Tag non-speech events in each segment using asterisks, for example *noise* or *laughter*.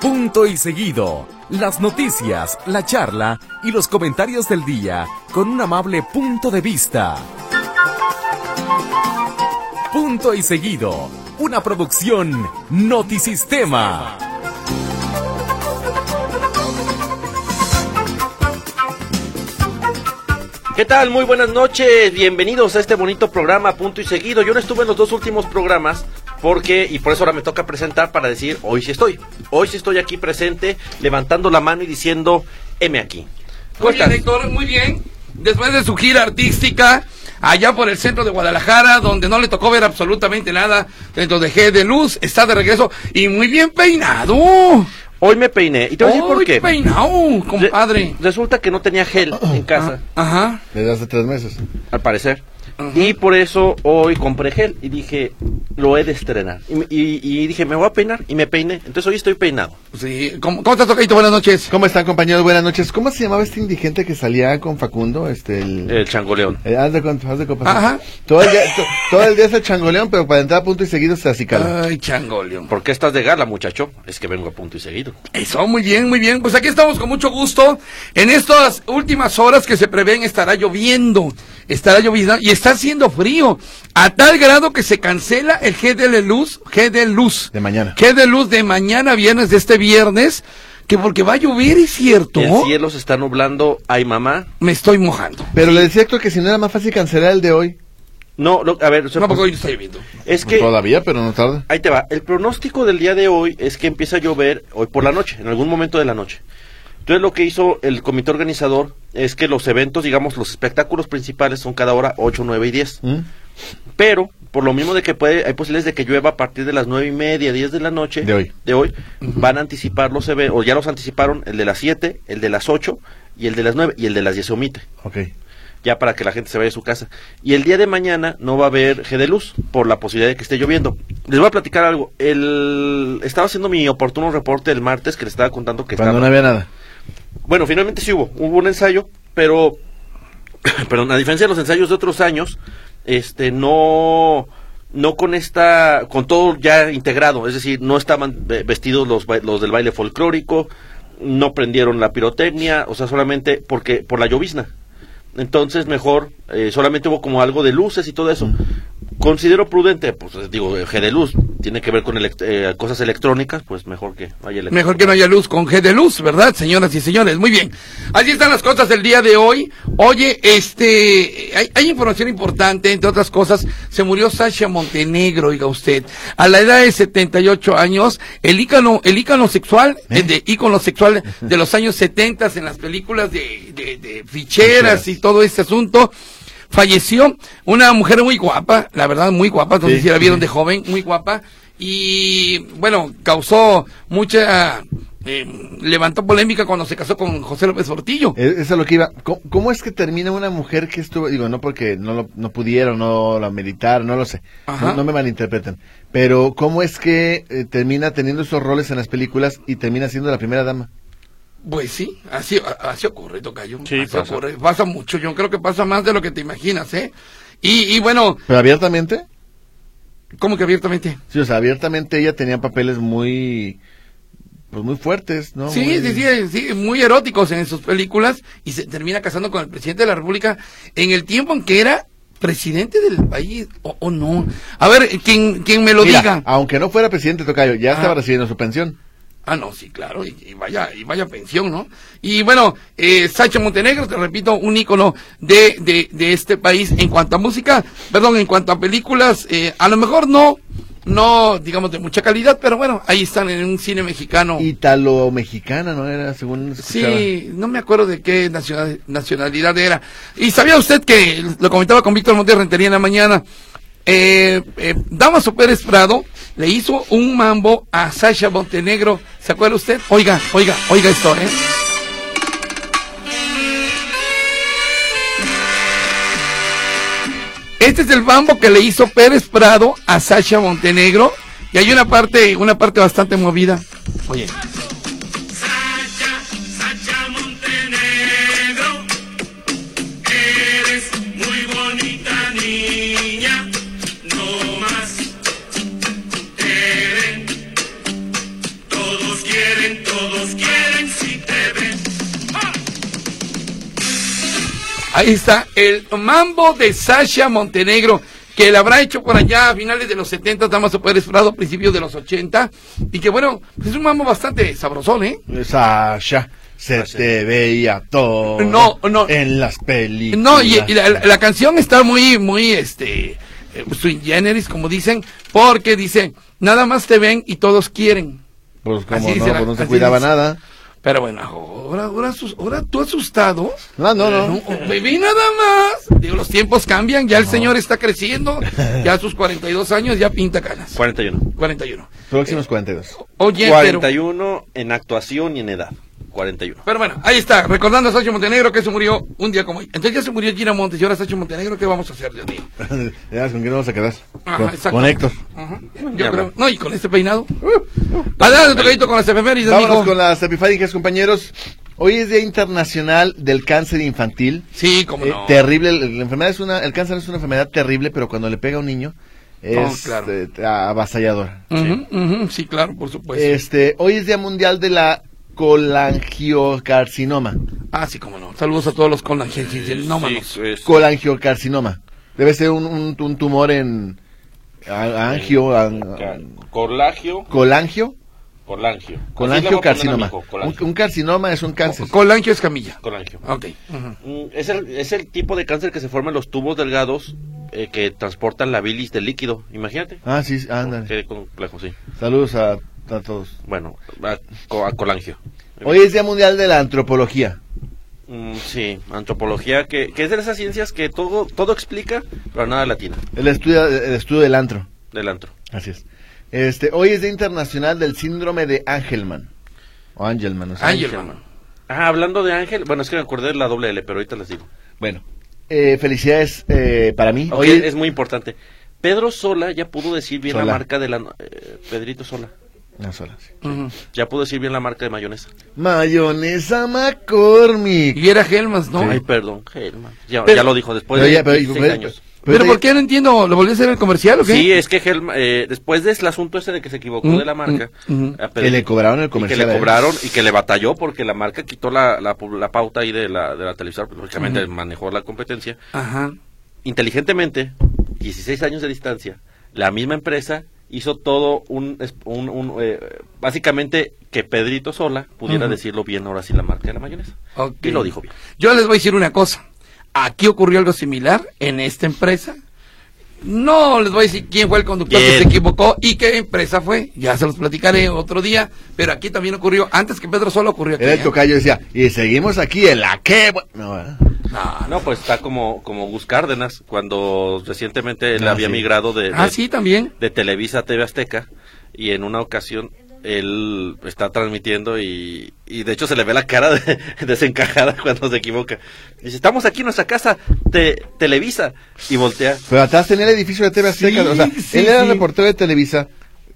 Punto y seguido. Las noticias, la charla y los comentarios del día con un amable punto de vista. Punto y seguido. Una producción Notisistema. ¿Qué tal? Muy buenas noches, bienvenidos a este bonito programa Punto y Seguido. Yo no estuve en los dos últimos programas porque, y por eso ahora me toca presentar para decir, hoy sí estoy, hoy sí estoy aquí presente, levantando la mano y diciendo, M aquí. Muy bien, Héctor, muy bien. Después de su gira artística, allá por el centro de Guadalajara, donde no le tocó ver absolutamente nada, dentro de G de Luz, está de regreso y muy bien peinado. Hoy me peiné, y te voy a decir por Uy, qué. peinado, Re- compadre. Resulta que no tenía gel en casa, Ajá. Desde hace tres meses. al parecer. Y por eso hoy compré gel y dije, lo he de estrenar. Y, me- y- y dije, me voy a peinar y me peiné. Entonces hoy estoy peinado. Sí. ¿Cómo, cómo estás, Tocaito? Buenas noches. ¿Cómo están, compañeros? Buenas noches. ¿Cómo se llamaba este indigente que salía con Facundo? Este, el... El changoleón. eh, haz de cuenta, haz de cuenta. Ajá. Todo el día, to- todo el día es el changoleón, pero para entrar a punto y seguido se acicala. Ay, changolio. ¿Por qué estás de gala, muchacho? Es que vengo a punto y seguido. Eso, muy bien, muy bien. Pues aquí estamos con mucho gusto. En estas últimas horas que se prevén estará lloviendo, estará lloviendo y está haciendo frío a tal grado que se cancela el GDL Luz, GDL Luz. De mañana. GDL Luz de mañana viernes, de este viernes, que porque va a llover, es cierto. El cielo se está nublando, ay mamá. Me estoy mojando. Pero le decía Héctor que si no era más fácil cancelar el de hoy. No, lo- a ver, o sea, pues, No, porque hoy no está lloviendo. es que Todavía, pero no tarda. ahí te va. El pronóstico del día de hoy es que empieza a llover hoy por la noche, en algún momento de la noche. Entonces lo que hizo el comité organizador es que los eventos, digamos, los espectáculos principales son cada hora 8, 9 y 10. ¿Mm? Pero, por lo mismo de que puede, hay posibilidades de que llueva a partir de las nueve y media, 10 de la noche. De hoy. De hoy. Van a anticipar los eventos, o ya los anticiparon, el de las 7, el de las 8 y el de las 9 y el de las 10 se omite. Ok. ya para que la gente se vaya a su casa. Y el día de mañana no va a haber G de luz por la posibilidad de que esté lloviendo. Les voy a platicar algo. El... Estaba haciendo mi oportuno reporte el martes que les estaba contando que Cuando estaba... no había nada. Bueno, finalmente sí hubo. Hubo un ensayo, pero... *coughs* Perdón, a diferencia de los ensayos de otros años, este no... No con esta, con todo ya integrado, es decir, no estaban ve- vestidos los, ba- los del baile folclórico, no prendieron la pirotecnia, o sea, solamente porque por la llovizna. Entonces, mejor, eh, solamente hubo como algo de luces y todo eso. Considero prudente, pues eh, digo, eh, G de luz, tiene que ver con elect- eh, cosas electrónicas, pues mejor que haya elect- Mejor que no haya luz con G de luz, ¿verdad, señoras y señores? Muy bien. Así están las cosas del día de hoy. Oye, este, hay, hay información importante, entre otras cosas, se murió Sasha Montenegro, oiga usted. A la edad de 78 años, el ícono, el ícono sexual, ¿Eh? el de ícono sexual de los años 70 en las películas de, de, de ficheras Ficheras. y todo este asunto. Falleció una mujer muy guapa, la verdad muy guapa, no sé Sí. si la vieron de este joven, muy guapa, y bueno, causó mucha, eh, levantó polémica cuando se casó con José López Portillo. Eh, Eso es lo que iba. ¿Cómo, cómo es que termina una mujer que estuvo, digo, no porque no, lo- no pudieron, no la meditar, no lo sé, Ajá. no, no me malinterpreten, pero cómo es que eh, termina teniendo esos roles en las películas y termina siendo la primera dama? Pues sí, así, así ocurre, Tocayo. Sí, así pasa. ocurre. Pasa mucho, yo creo que pasa más de lo que te imaginas, ¿eh? Y, y bueno, ¿Pero abiertamente? como que abiertamente. Sí, o sea, abiertamente ella tenía papeles muy, pues muy fuertes, ¿no? Sí, Muy- sí, sí, sí, muy eróticos en sus películas y se termina casando con el presidente de la República en el tiempo en que era presidente del país o, o no. A ver, quien, quien me lo Mira, diga. aunque no fuera presidente Tocayo, ya Ah. estaba recibiendo su pensión. Ah, no, sí, claro, y, y vaya, y vaya pensión, ¿no? Y bueno, eh, Sacha Montenegro, te repito, un ícono de, de, de este país en cuanto a música, perdón, en cuanto a películas, eh, a lo mejor no, no, digamos, de mucha calidad, pero bueno, ahí están en un cine mexicano. Italo-mexicana, ¿no? Era según escuchaba. Oh. Sí, no me acuerdo de qué nacional- nacionalidad era. Y sabía usted que, lo comentaba con Víctor Montes Rentería en la mañana, eh, eh, Damaso Pérez Prado le hizo un mambo a Sasha Montenegro. ¿Se acuerda usted? Oiga, oiga, oiga esto, ¿eh? Este es el mambo que le hizo Pérez Prado a Sasha Montenegro. Y hay una parte, una parte bastante movida. Oye. Sacha, Sacha Montenegro, eres muy bonita niña, no más te ven, todos quieren Ahí está el mambo de Sasha Montenegro, que la habrá hecho por allá a finales de los 70, Damas o Poderes Prado, principios de los 80. Y que bueno, pues es un mambo bastante sabrosón, ¿eh? Sasha, Pues se Sasha. te veía todo. No, no. En las películas. No, y, y la, la- la canción está muy, muy, este, eh, sui generis, como dicen, porque dice, nada más te ven y todos quieren. Pues como Así no, dice la- pues no se así cuidaba dice. nada. Pero bueno, ahora, ahora, asus- ahora tú asustado. No, no, no. Viví nada más. Digo, los tiempos cambian, ya el señor está creciendo, ya a sus 42 años ya pinta canas. 41. 41. Eh, Próximos 42. Oye, pero... 41 en actuación y en edad. 41. Pero bueno, ahí está, recordando a Sacho Montenegro que se murió un día como hoy. Entonces ya se murió Gina Montes y ahora Sacho Montenegro, ¿qué vamos a hacer, Dios mío? *laughs* Ya, ¿Con qué nos vamos a quedar? Ajá, con, Ah, exacto. con Héctor. Ajá, Ya Yo creo. habrá. No, y con este peinado. Adelante, tocadito con las efemérides, Vámonos amigo. con las epifánicas, compañeros. Hoy es Día Internacional del Cáncer Infantil. Sí, cómo Eh, no. terrible, la la enfermedad es una, el cáncer es una enfermedad terrible, pero cuando le pega a un niño es Oh, claro. eh, avasalladora. Ujú, ujú, sí, claro, por supuesto. Este, hoy es Día Mundial de la Colangiocarcinoma. Ah, sí, cómo no. Saludos a todos los colangenómanos. Sí, es- Colangiocarcinoma. Debe ser un, un- un tumor en a- angio, an- an- Colagio, colangio, colangio. colangiocarcinoma. Así le voy a poner a mi Un, hijo, un carcinoma es un cáncer. Colangio es camilla. colangio. Ok. ujú. Mm, Es el, es el tipo de cáncer que se forma en los tubos delgados eh, que transportan la bilis del líquido. Imagínate. Ah, sí, ándale. Qué complejo, sí. Saludos a, a todos. Bueno, a, co- a colangio. Hoy es Día Mundial de la Antropología. Mm, sí, antropología, que, que es de esas ciencias que todo, todo explica, pero nada latina, El estudio, el estudio del antro. del antro. Así es. Este, hoy es Día Internacional del Síndrome de Angelman. O Angelman, no sé. Ángel, mano. Ah, hablando de Ángel, bueno, es que me acordé de la doble L, pero ahorita les digo. Bueno. Eh, felicidades eh, para mí. Ok, Hoy es muy importante. Pedro Sola ya pudo decir bien Sola. la marca de la... eh, Pedrito Sola. Una sola, Ah, sí. Ujú. Ya pudo decir bien la marca de mayonesa. Mayonesa McCormick. Y era Helmas, ¿no? Ay, perdón, Helman. Ya, Pero- ya lo dijo después Pero de ya, pero- 16 pero- años. Pero te- ¿por qué no entiendo? ¿Lo volvió a hacer el comercial o qué? Sí, es que Helman, eh, después del asunto ese de que se equivocó Mm, de la marca, mm, mm. a Pedrito- Que le cobraron el Y que comercial. a le él. cobraron y que le batalló porque la marca quitó la, la, pu- la pauta ahí de la, de la televisora, pues, lógicamente manejó la competencia. Ajá. Inteligentemente, 16 años de distancia, la misma empresa hizo todo un... es- un- un, eh, básicamente que Pedrito Sola pudiera Ujú. decirlo bien ahora sí la marca de la mayonesa. Ok. Y lo dijo bien. Yo les voy a decir una cosa. Aquí ocurrió algo similar en esta empresa. No les voy a decir quién fue el conductor que ¿Quién? se equivocó y qué empresa fue. Ya se los platicaré otro día. Pero aquí también ocurrió, antes que Pedro Solo ocurrió aquí. Era el ¿eh? tocayo decía, y seguimos aquí en la que... bu-". No, ¿verdad? No, no. No, pues está como, como Gus Cárdenas, cuando recientemente él Ah, había sí. migrado de, de- Ah, sí, también. de Televisa a TV Azteca y en una ocasión él está transmitiendo y, y de hecho se le ve la cara de- *laughs* desencajada cuando se equivoca. Dice, estamos aquí en nuestra casa de Televisa y voltea. Pero atrás tenía el edificio de TV Azteca. Sí, o sea, sí, él era sí. reportero de Televisa,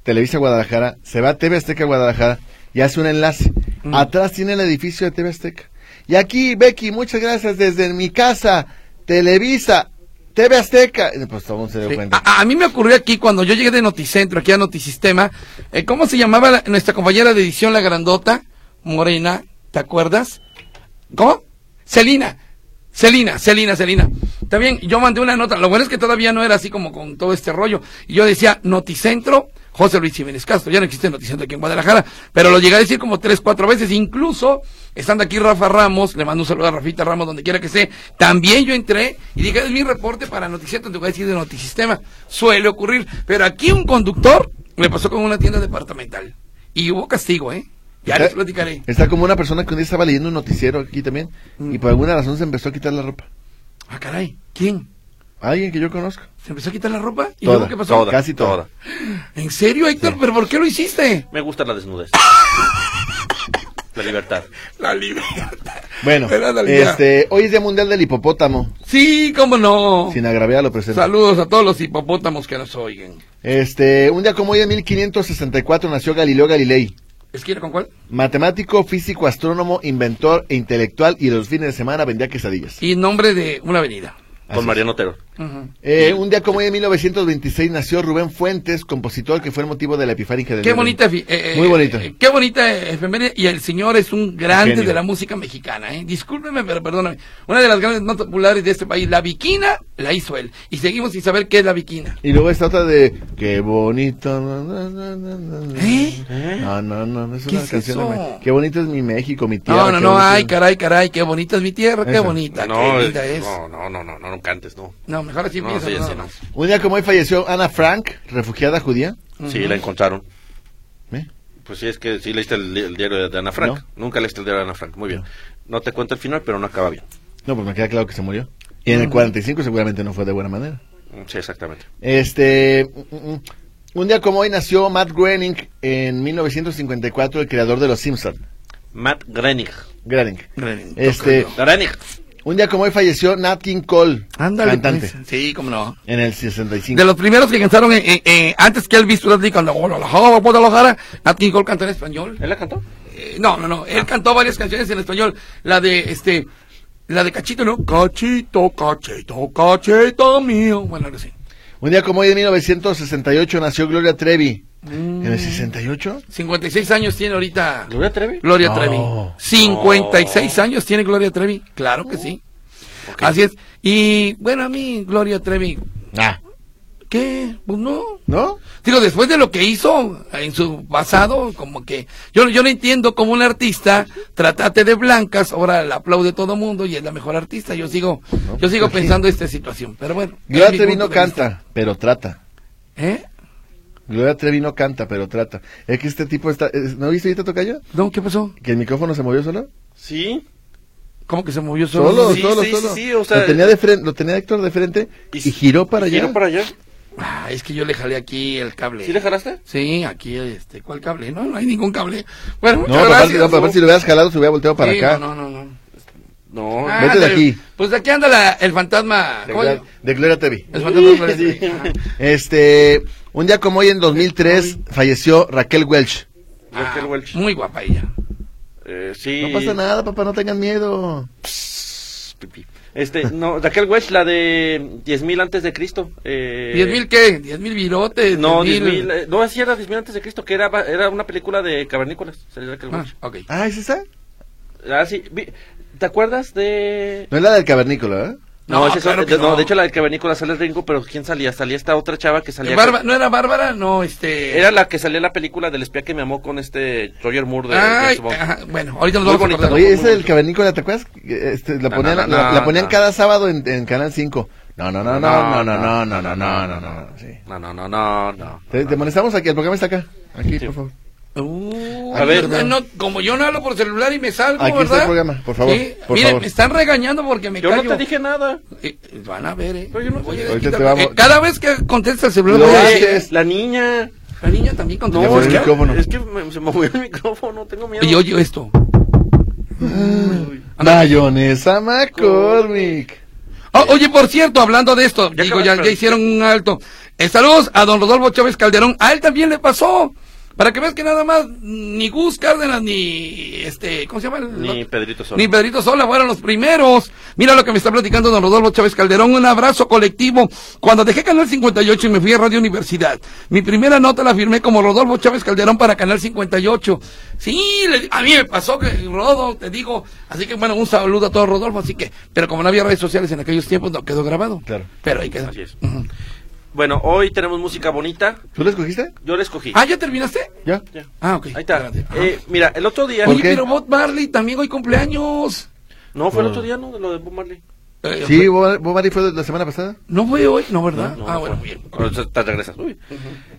Televisa Guadalajara, se va a TV Azteca Guadalajara y hace un enlace. Mm. Atrás tiene el edificio de TV Azteca. Y aquí, Becky, muchas gracias desde mi casa, Televisa, TV Azteca. Y, Pues todo el mundo se dio Sí. Ah, cuenta. A, a mí me ocurrió aquí cuando yo llegué de Noticentro, aquí a Notisistema. eh, ¿Cómo se llamaba la- nuestra compañera de edición, la grandota? Morena, ¿te acuerdas? ¿Cómo? Celina. Celina, Celina, Celina. También yo mandé una nota. Lo bueno es que todavía no era así como con todo este rollo. Y yo decía Noticentro, José Luis Jiménez Castro. Ya no existe Noticentro aquí en Guadalajara. Pero lo llegué a decir como tres, cuatro veces. Incluso, estando aquí Rafa Ramos, le mando un saludo a Rafita Ramos donde quiera que esté. También yo entré y dije, es mi reporte para Noticentro. Te voy a decir de Notisistema. Suele ocurrir. Pero aquí un conductor le pasó con una tienda departamental. Y hubo castigo, ¿eh? Ya les Está- platicaré. Está como una persona que un día estaba leyendo un noticiero aquí también Mm. y por alguna razón se empezó a quitar la ropa. Ah, caray. ¿Quién? Alguien que yo conozco. ¿Se empezó a quitar la ropa? ¿Y Toda, luego qué pasó? toda. Casi toda. ¿En serio, Héctor? ¿Pero por qué lo hiciste? Me gusta la *laughs* desnudez. la libertad. La libertad. *laughs* Bueno, Pero dale, ya. este, hoy es Día Mundial del Hipopótamo. Sí, cómo no. Sin agraviar lo presente. Saludos a todos los hipopótamos que nos oigan. Este, un día como hoy en 1564 nació Galileo Galilei, ¿Esquina con cuál? matemático, físico, astrónomo, inventor e intelectual y los fines de semana vendía quesadillas. Y nombre de una avenida. Así Con es. Mariano Otero. Ujú. Eh, un día como hoy, en 1926, nació Rubén Fuentes, compositor que fue el motivo de la epifanía del Qué día de hoy. bonita. fi- eh, eh, Muy bonita. eh, Qué bonita efeméride. Y el señor es un grande Genio. de la música mexicana. ¿eh? Discúlpeme, pero perdóname. Una de las grandes notas populares de este país, la viquina, la hizo él. Y seguimos sin saber qué es la viquina. Y luego esta otra de Qué bonito. na, na, na, na, na, na. ¿Eh? No, no, no, no es ¿Qué una es canción. eso? hombre. Qué bonito es mi México, mi tierra. No, no, qué no. bonito Ay, es- caray, caray. Qué bonita es mi tierra. Qué Esa. bonita. No, Ah, qué es- linda es. no, no, no, no, no, no cantes, no. No, mejor así No, pienso. sí, nada sí, no. más. Un día como hoy falleció Ana Frank, refugiada judía. Sí, la encontraron. ¿Eh? Pues sí, es que sí leíste el, li- el diario de Ana Frank. Nunca leíste el diario de Ana Frank. Muy bien. No te cuento el final, pero no acaba bien. No, pues me queda claro que se murió. Y en Mm. el 45 seguramente no fue de buena manera. Sí, exactamente. Este. mm, mm, mm. Un día como hoy nació Matt Groening en 1954, el creador de Los Simpsons. Matt Groening. Groening. Groening, Este, no Groening. un día como hoy falleció Nat King Cole, Ándale. cantante, pues. Sí, cómo no. en el 65. De los primeros que cantaron eh, eh, eh, antes que Elvis Presley cuando oh, Guadalajara, Guadalajara, Nat King Cole cantó en español. ¿Él la cantó? Eh, no, no, no. Él cantó varias canciones en español. La de este. La de Cachito, ¿no? Cachito, cachito, cachito mío. Bueno, ahora sí. Un día como hoy en 1968 nació Gloria Trevi. Mm. ¿En el 68? 56 años tiene ahorita ¿Gloria Trevi? Gloria No. Trevi. 56 años tiene Gloria Trevi. Claro que sí. Así es. Y bueno, a mí, Gloria Trevi. Ah. ¿Qué? Pues no. ¿No? Digo, después de lo que hizo en su pasado, como que yo, yo no entiendo cómo un artista tratate de blancas, ahora la aplaude todo mundo y es la mejor artista. Yo sigo, yo *laughs* sigo pensando esta situación, pero bueno. es mi Gloria Trevi punto no de canta, pero trata. vista. ¿Eh? Gloria Trevi no canta, pero trata. Es que este tipo está... es- ¿No viste ahorita tocayo? No, ¿qué pasó? ¿Que el micrófono se movió solo? Sí. ¿Cómo que se movió solo? Solo, sí, solo, sí, solo. sí, sí, o sea- lo, tenía de frente, lo tenía Héctor de frente y, Y- giró para allá. ¿Giro para allá? Ah, es que yo le jalé aquí el cable. ¿Sí le jalaste? Sí, aquí, este, ¿cuál cable? No, no hay ningún cable. Bueno, No, muchas papá, gracias. si, no, papá, si lo hubieras jalado se hubiera volteado para Sí, acá. No, no, no. no. No. Ah, vete de ándale. aquí. Pues aquí anda la- el fantasma. De, ¿cómo Gloria, de Gloria Trevi. El fantasma de Gloria *laughs* Trevi. Ajá. Este, un día como hoy en 2003 falleció Raquel Welch. Raquel Welch. Ah, Muy guapa ella. Ah. Eh, sí. No pasa nada, papá, no tengan miedo. Pipí. Este, no, Raquel Welch, la de 10.000 antes de Cristo. Eh, ¿Diez mil qué? ¿Diez mil virotes? No, 10,000? 10.000. eh, no, así era 10.000 antes de Cristo, que era, ba- era una película de cavernícolas. Salía Raquel Ah, Welch. ok. Ah, ¿es esa? Ah, sí. vi- ¿Te acuerdas de.? No es la del cavernícola, ¿eh? No, No, es eso, claro que de, no, no. de hecho la del cavernícola sale el Ringo, pero ¿quién salía? Salía esta otra chava que salía. Barba- ¿No era Bárbara? No, este... pues. Era la que salía en la película del espía que me amó con este Roger Moore de Ay, James Bond. ajá, bueno, ahorita nos Muy vamos a bonita, acordar. Oye, muy esa del bonito. cavernícola, ¿te acuerdas? Este, la No, ponían, no, no, la, la no, ponían no. cada sábado en, en Canal 5. No, no, no, no, no, no, no, no, no, no, no, no, sí. No, no, no, no, no. Te, te molestamos aquí, el programa está acá. Aquí, Sí. por favor. Uh, A ver. ¿verdad? No, como yo no hablo por celular y me salgo, Aquí está el ¿verdad? programa, por favor, por Miren, favor. me están regañando porque me Yo no callo. te dije nada. Eh, eh, van a ver, ¿eh? Pero yo no- Voy a Ahorita quitar- te vamos- eh, cada vez que contesta el celular, Lo voy a haces. decir, Oye, La niña. la niña también contesta. eh. No, el es el que, celular. micrófono. es que me- se me movió el micrófono, tengo miedo. Oye, oye, esto. Mayonesa McCormick. Oh, oye, por cierto, hablando de esto, Ya digo, acabas, ya, pero- ya hicieron un alto. Eh, saludos a don Rodolfo Chávez Calderón. A él también le pasó. Para que veas que nada más ni Gus Cárdenas ni este, ¿cómo se llama? el Ni otro? Pedrito Sola. Ni Pedrito Sola fueron los primeros. Mira lo que me está platicando don Rodolfo Chávez Calderón. Un abrazo colectivo. Cuando dejé Canal 58 y me fui a Radio Universidad, mi primera nota la firmé como Rodolfo Chávez Calderón para Canal 58. Sí, le- a mí me pasó que Rodo, te digo. Así que bueno, un saludo a todo Rodolfo. Así que, pero como no había redes sociales en aquellos tiempos, no quedó grabado. Claro. Pero ahí quedó. Así es. Ujú. Bueno, hoy tenemos música bonita. ¿Tú la escogiste? Yo la escogí. Ah, ¿ya terminaste? ¿Ya? Ya. Ah, ok. Ahí está. Espérate. Ajá. Eh, mira, el otro día. ¿Por Oye, qué? pero Bob Marley también hoy cumpleaños. No, fue el Oh. otro día, ¿no? De lo de Bob Marley. Eh, Sí, Bob Bob Marley fue la semana pasada. No fue hoy, ¿no, verdad? No, ah, no bueno, fue. bien. O sea, te regresas. Uy.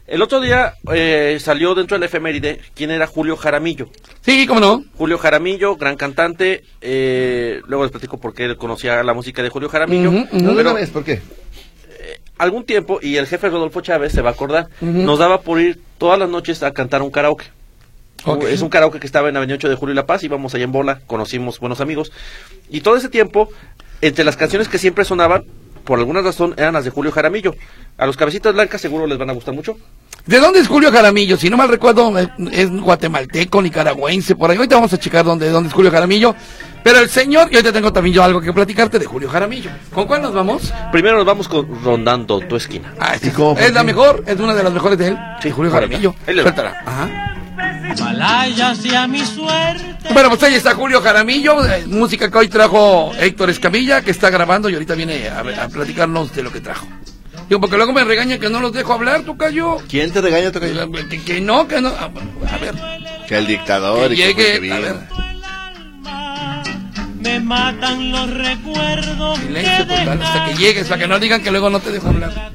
El otro día eh, salió dentro de la efeméride quién era Julio Jaramillo. Sí, cómo no. Julio Jaramillo, gran cantante. eh, luego les platico por qué conocía la música de Julio Jaramillo. Ujú, ujú. No, de Pero una vez, ¿por qué? algún tiempo, y el jefe Rodolfo Chávez se va a acordar, nos daba por ir todas las noches a cantar un karaoke. Ok. Es un karaoke que estaba en Avenida 8 de Julio y La Paz, íbamos allá en bola, conocimos buenos amigos. Y todo ese tiempo, entre las canciones que siempre sonaban, por alguna razón, eran las de Julio Jaramillo. A los cabecitas blancas seguro les van a gustar mucho. ¿De dónde es Julio Jaramillo? Si no mal recuerdo, eh, es guatemalteco, nicaragüense, por ahí. Ahorita vamos a checar dónde, dónde es Julio Jaramillo. Pero el señor, y hoy te tengo también yo algo que platicarte de Julio Jaramillo. ¿Con cuál nos vamos? Primero nos vamos con Rondando tu esquina. Ah, ¿Y cómo fue? es la mejor, es una de las mejores de él. Sí, Julio ahorita. Jaramillo. Ahí le va. Suéltala. Ajá. Balayas y a mi suerte. Bueno, pues ahí está Julio Jaramillo, eh, música que hoy trajo Héctor Escamilla, que está grabando y ahorita viene a, a platicarnos de lo que trajo. Digo, porque luego me regañan que no los dejo hablar, tú cayó. ¿Quién te regaña, Tocayo? Que, que no, que no. Ah, bueno, A ver, Que el dictador. que y que porque llegue. A viene. ver, Me matan los recuerdos que silencio, pues, dale, hasta que dejaste. llegues, para que no digan que luego no te dejo hablar.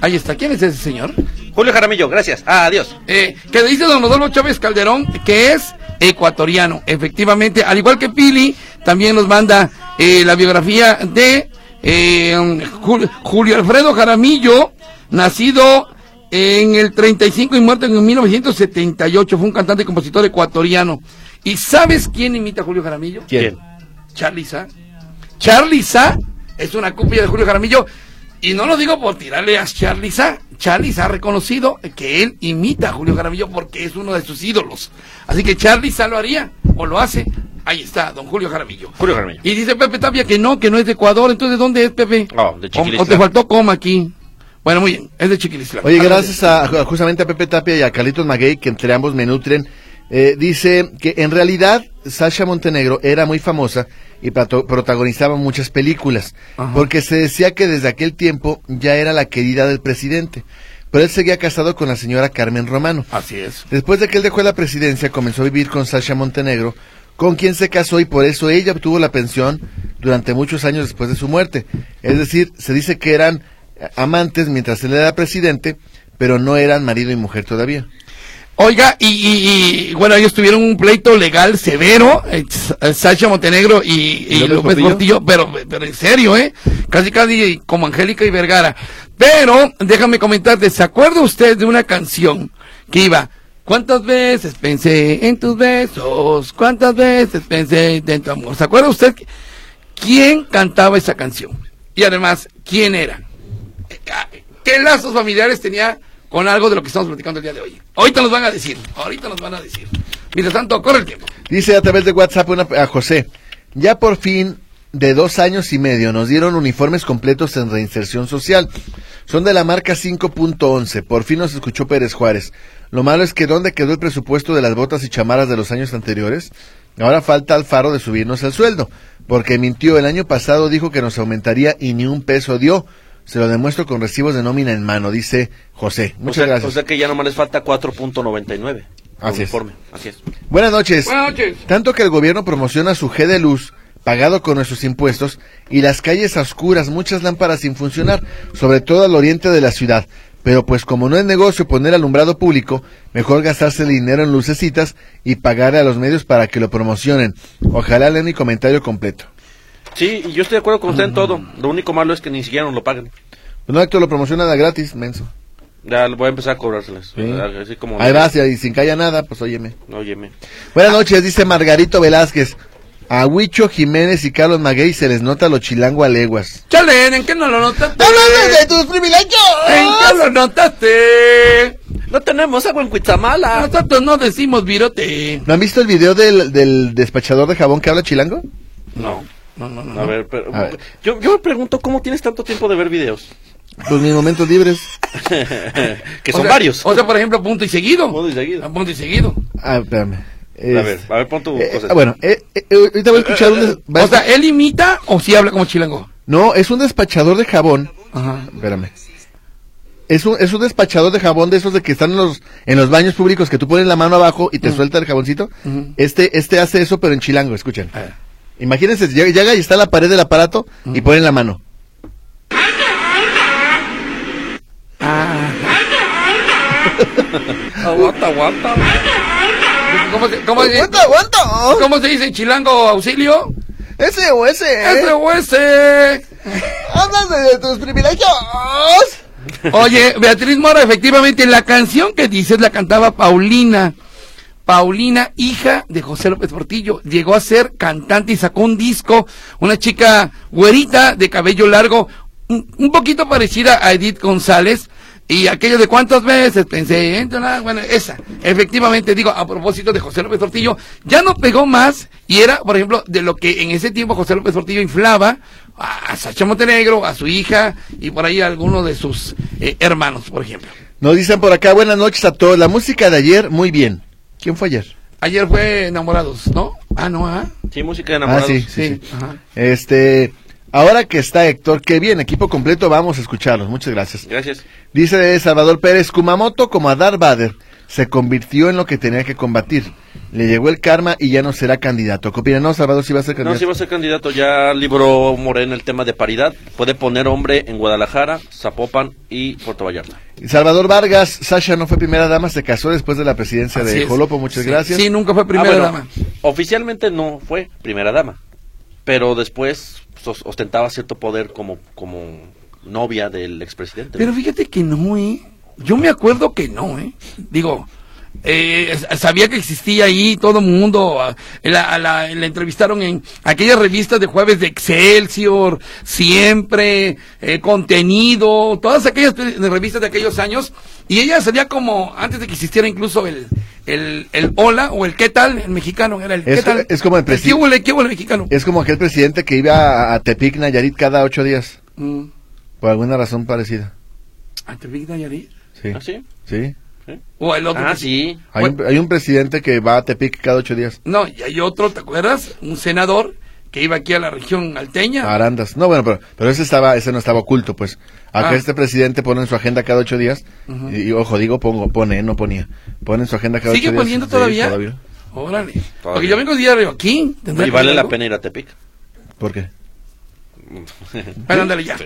Ahí está, ¿quién es ese señor? Julio Jaramillo, gracias. Adiós. Eh, que dice don Rodolfo Chávez Calderón que es ecuatoriano, efectivamente, al igual que Pili, también nos manda eh, la biografía de eh, Jul- Julio Alfredo Jaramillo, nacido en el 35 y muerto en 1978, fue un cantante y compositor ecuatoriano. ¿Y sabes quién imita a Julio Jaramillo? ¿Quién? Charly Sa. Charly Sa es una copia de Julio Jaramillo. Y no lo digo por tirarle a Charly Sa. Charly Sa ha reconocido que él imita a Julio Jaramillo porque es uno de sus ídolos. Así que Charly Sa lo haría o lo hace. Ahí está, don Julio Jaramillo. Julio Jaramillo. Y dice Pepe Tapia que no, que no es de Ecuador. Entonces, ¿dónde es Pepe? Ah, de o, Chiquilistlán. o te faltó coma aquí. Bueno, muy bien, es de Chiquilistlán. Oye, Ah, gracias a, a- justamente a Pepe Tapia y a Carlitos Maguey, que entre ambos me nutren, eh, dice que en realidad Sasha Montenegro era muy famosa y pato- protagonizaba muchas películas, Ajá. porque se decía que desde aquel tiempo ya era la querida del presidente, pero él seguía casado con la señora Carmen Romano. Así es. Después de que él dejó la presidencia, comenzó a vivir con Sasha Montenegro, con quien se casó y por eso ella obtuvo la pensión durante muchos años después de su muerte. Es decir, se dice que eran eh, amantes mientras él era presidente, pero no eran marido y mujer todavía. Oiga, y, y- y, bueno, ellos tuvieron un pleito legal severo, eh, S- eh, Sacha Montenegro y, y López, Portillo, pero, pero en serio, ¿eh? Casi, casi como Angélica y Vergara. Pero, déjame comentarte, ¿se acuerda usted de una canción que iba? ¿Cuántas veces pensé en tus besos? ¿Cuántas veces pensé en tu amor? ¿Se acuerda usted que- quién cantaba esa canción? Y además, ¿quién era? ¿Qué lazos familiares tenía con algo de lo que estamos platicando el día de hoy? Ahorita nos van a decir, ahorita nos van a decir. Mientras tanto, corre el tiempo. Dice a través de WhatsApp una- a José, ya por fin de dos años y medio nos dieron uniformes completos en reinserción social. Son de la marca 5.11. Por fin nos escuchó Pérez Juárez. Lo malo es que ¿dónde quedó el presupuesto de las botas y chamaras de los años anteriores? Ahora falta Alfaro de subirnos el sueldo, porque mintió el año pasado, dijo que nos aumentaría y ni un peso dio. Se lo demuestro con recibos de nómina en mano, dice José. O Muchas sea, gracias. o sea que ya nomás les falta 4.99. Así es. Uniforme. Así es. Buenas noches. Buenas noches. Tanto que el gobierno promociona su G de luz, pagado con nuestros impuestos, y las calles a oscuras, muchas lámparas sin funcionar, sobre todo al oriente de la ciudad. Pero pues como no es negocio poner alumbrado público, mejor gastarse el dinero en lucecitas y pagarle a los medios para que lo promocionen. Ojalá lean mi comentario completo. Sí, y yo estoy de acuerdo con usted en todo. Lo único malo es que ni siquiera nos lo paguen. Pues No, Héctor, lo promociona de gratis, menso. Ya voy a empezar a cobrárselas. Sí. Pues, Así como. Ahí vas, y ahí sin que haya nada, pues óyeme. Óyeme. Buenas noches, dice Margarito Velázquez. A Huicho Jiménez y Carlos Maguey se les nota lo chilango a leguas. Chale, ¿en qué no lo notaste? ¡Háblales de tus privilegios! ¿En qué lo notaste? No tenemos agua en Cuitzamala. Nosotros no decimos virote. ¿No han visto el video del, del despachador de jabón que habla chilango? No, no, no, no. A ver, pero. A ver. Yo, yo me pregunto cómo tienes tanto tiempo de ver videos. *laughs* Pues mis momentos libres. que son O sea- varios. O sea, por ejemplo, punto y seguido. Punto y seguido. Ah, punto y seguido. Ah, espérame. a ver, a ver, pon tu eh, cosa. ah, bueno, eh, eh, eh, ahorita voy a *laughs* escuchar un... des- va a- O sea, ¿él imita o sí habla como chilango? no, es un despachador de jabón. Ajá. Espérame. Es un, es un despachador de jabón de esos de que están en los, en los baños públicos que tú pones la mano abajo y te suelta el jaboncito. Ujú. Este este hace eso, pero en chilango, escuchen. A ver. Imagínense, llega, llega y está en la pared del aparato y ponen la mano. Aguanta, aguanta. ¿Cómo se, cómo Pues se- aguanta! cómo se dice en chilango auxilio? ¡Ese o Eh. ese! ¿eh? SOS. ¡Háblale de tus privilegios! Oye, Beatriz Mora, efectivamente, la canción que dices la cantaba Paulina. Paulina, hija de José López Portillo, llegó a ser cantante y sacó un disco, una chica güerita de cabello largo, un, un poquito parecida a Edith González, Y aquello de cuántas veces pensé, en tu la-". bueno, esa. Efectivamente, digo, a propósito de José López Portillo, ya no pegó más y era, por ejemplo, de lo que en ese tiempo José López Portillo inflaba a, a Sacha Montenegro, a su hija y por ahí a alguno de sus eh, hermanos, por ejemplo. Nos dicen por acá, buenas noches a todos. La música de ayer, muy bien. ¿Quién fue ayer? Ayer fue Enamorados, ¿no? Ah, no, ah. Sí, música de enamorados. Ah, sí. Sí, ajá. Este, ahora que está Héctor, qué bien, equipo completo, vamos a escucharlos. Muchas gracias. Gracias. Dice Salvador Pérez, Kumamoto como a Darth Vader, se convirtió en lo que tenía que combatir. Le llegó el karma y ya no será candidato. ¿Qué opinan? No, Salvador, si va a ser No, candidato. si va a ser candidato, ya libró Morena el tema de paridad. Puede poner hombre en Guadalajara, Zapopan y Puerto Vallarta. Salvador Vargas, Sasha no fue primera dama, se casó después de la presidencia Así de es. Jolopo, muchas Sí, gracias. Sí, nunca fue primera Ah, bueno, dama. Oficialmente no fue primera dama, pero después sos- ostentaba cierto poder como, como novia del expresidente. Pero fíjate que no, ¿eh? Yo me acuerdo que no, ¿eh? Digo, eh, s- sabía que existía ahí todo el mundo. ah, La, a la- la entrevistaron en aquellas revistas de jueves de Excelsior, siempre, eh, contenido, todas aquellas pe- revistas de aquellos años. Y ella salía como, antes de que existiera incluso el, el, el hola o el qué tal, el mexicano era el Es- qué tal. es como el presi- ¿Qué huele, qué huele mexicano? Es como aquel presidente que iba a, a Tepic, Nayarit, cada ocho días, Mm. por alguna razón parecida. Ah, ¿te vi, Nayarit? Sí. ¿Ah, sí? Sí. O el otro. Ah, que- sí. Hay un, hay un presidente que va a Tepic cada ocho días. No, y hay otro, ¿te acuerdas? Un senador que iba aquí a la región a alteña. Arandas. No, bueno, pero, pero ese estaba, ese no estaba oculto, pues. Acá Ah. este presidente pone en su agenda cada ocho días. y, y, ojo, digo, pongo, pone, eh, no ponía. Pone en su agenda cada ¿Sigue ocho días. poniendo Sí, todavía? Órale. Porque yo vengo diario aquí. ¿tendrá Y que vale ver la algo? pena ir a Tepic. ¿Por qué? Bueno, ándale ya.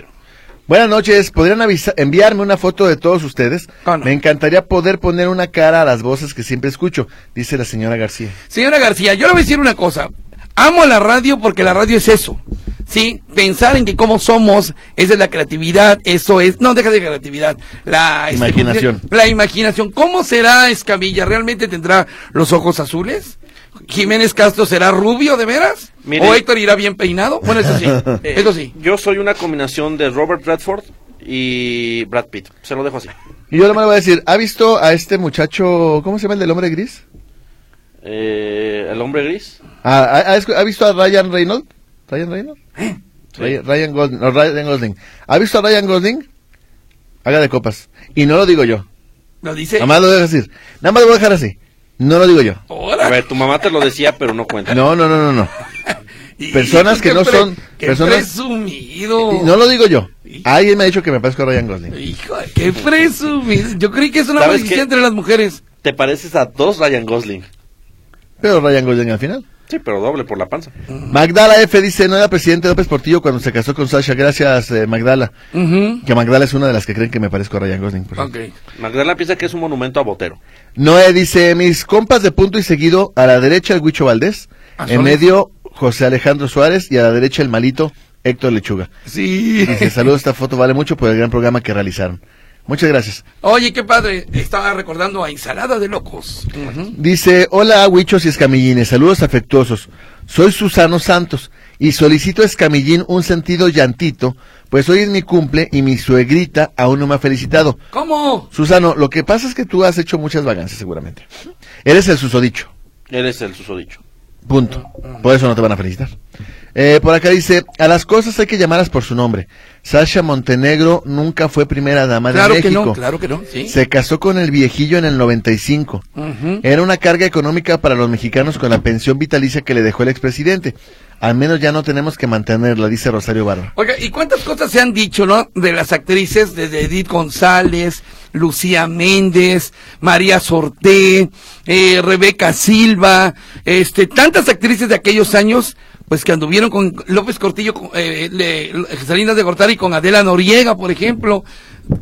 Buenas noches, ¿podrían avisa- enviarme una foto de todos ustedes? Ah, no. Me encantaría poder poner una cara a las voces que siempre escucho, dice la señora García. Señora García, yo le voy a decir una cosa. Amo la radio porque la radio es eso. Sí, pensar en que cómo somos, esa es la creatividad, eso es, no deja de creatividad, la este, Imaginación. la imaginación. ¿Cómo será Escamilla? ¿Realmente tendrá los ojos azules? ¿Jiménez Castro será rubio de veras? Mire- ¿O Héctor irá bien peinado? Bueno, eso *laughs* sí, Eh, eso sí. Yo soy una combinación de Robert Redford y Brad Pitt. Se lo dejo así. Y yo nomás le voy a decir, ¿ha visto a este muchacho, cómo se llama el del hombre gris? Eh, el hombre gris. Ah, ¿ha, ha escu- ha visto a Ryan Reynolds? ¿Ryan Reynolds? Ray- Ryan Gosling, no, Ryan Gosling. ¿Ha visto a Ryan Gosling? Haga de copas. Y no lo digo yo. Lo dice. Nada más lo voy a decir. Nada más lo voy a dejar así. No lo digo yo. Ahora. A ver, tu mamá te lo decía, pero no cuenta. No, no, no, no, no. Y- *laughs* personas que qué no son- qué personas- presumido. Y No lo digo yo. Alguien me ha dicho que me parezco a Ryan Gosling. Hijo, qué presumido. Yo creí que es una ¿Sabes maldición qué? entre las mujeres. Te pareces a dos Ryan Gosling. Pero Ryan Gosling al final. Sí, pero doble por la panza. Magdala F dice, no era presidente López Portillo cuando se casó con Sasha. Gracias, eh, Magdala. Ujú. Que Magdala es una de las que creen que me parezco a Ryan Gosling. por Ok. cierto. Magdalena piensa que es un monumento a Botero. Noé dice, mis compas de punto y seguido, a la derecha el Huicho Valdés, Ah, en son- medio José Alejandro Suárez y a la derecha el malito Héctor Lechuga. Sí. Dice, saludos, esta foto vale mucho por el gran programa que realizaron. Muchas gracias. *laughs* Oye, qué padre. Estaba recordando a Ensalada de Locos. Ujú. Dice, hola Huichos y Escamillines, saludos afectuosos. Soy Susano Santos y solicito a Escamillín un sentido llantito, pues hoy es mi cumple y mi suegrita aún no me ha felicitado. ¿Cómo? Susano, lo que pasa es que tú has hecho muchas vacancias seguramente. Eres el susodicho. Eres el susodicho. Punto. Por eso no te van a felicitar. Eh, por acá dice, a las cosas hay que llamarlas por su nombre. Sasha Montenegro nunca fue primera dama de Claro que México. no, claro que no. Sí. Se casó con el viejillo en el 95. Ujú. Era una carga económica para los mexicanos con la pensión vitalicia que le dejó el expresidente. Al menos ya no tenemos que mantenerla, dice Rosario Barba. Oiga, ¿y cuántas cosas se han dicho, no? De las actrices, desde Edith González, Lucía Méndez, María Sorté, eh, Rebeca Silva, este, tantas actrices de aquellos años, pues que anduvieron con López Cortillo, con, eh, le- Salinas de Gortari, con Adela Noriega, por ejemplo.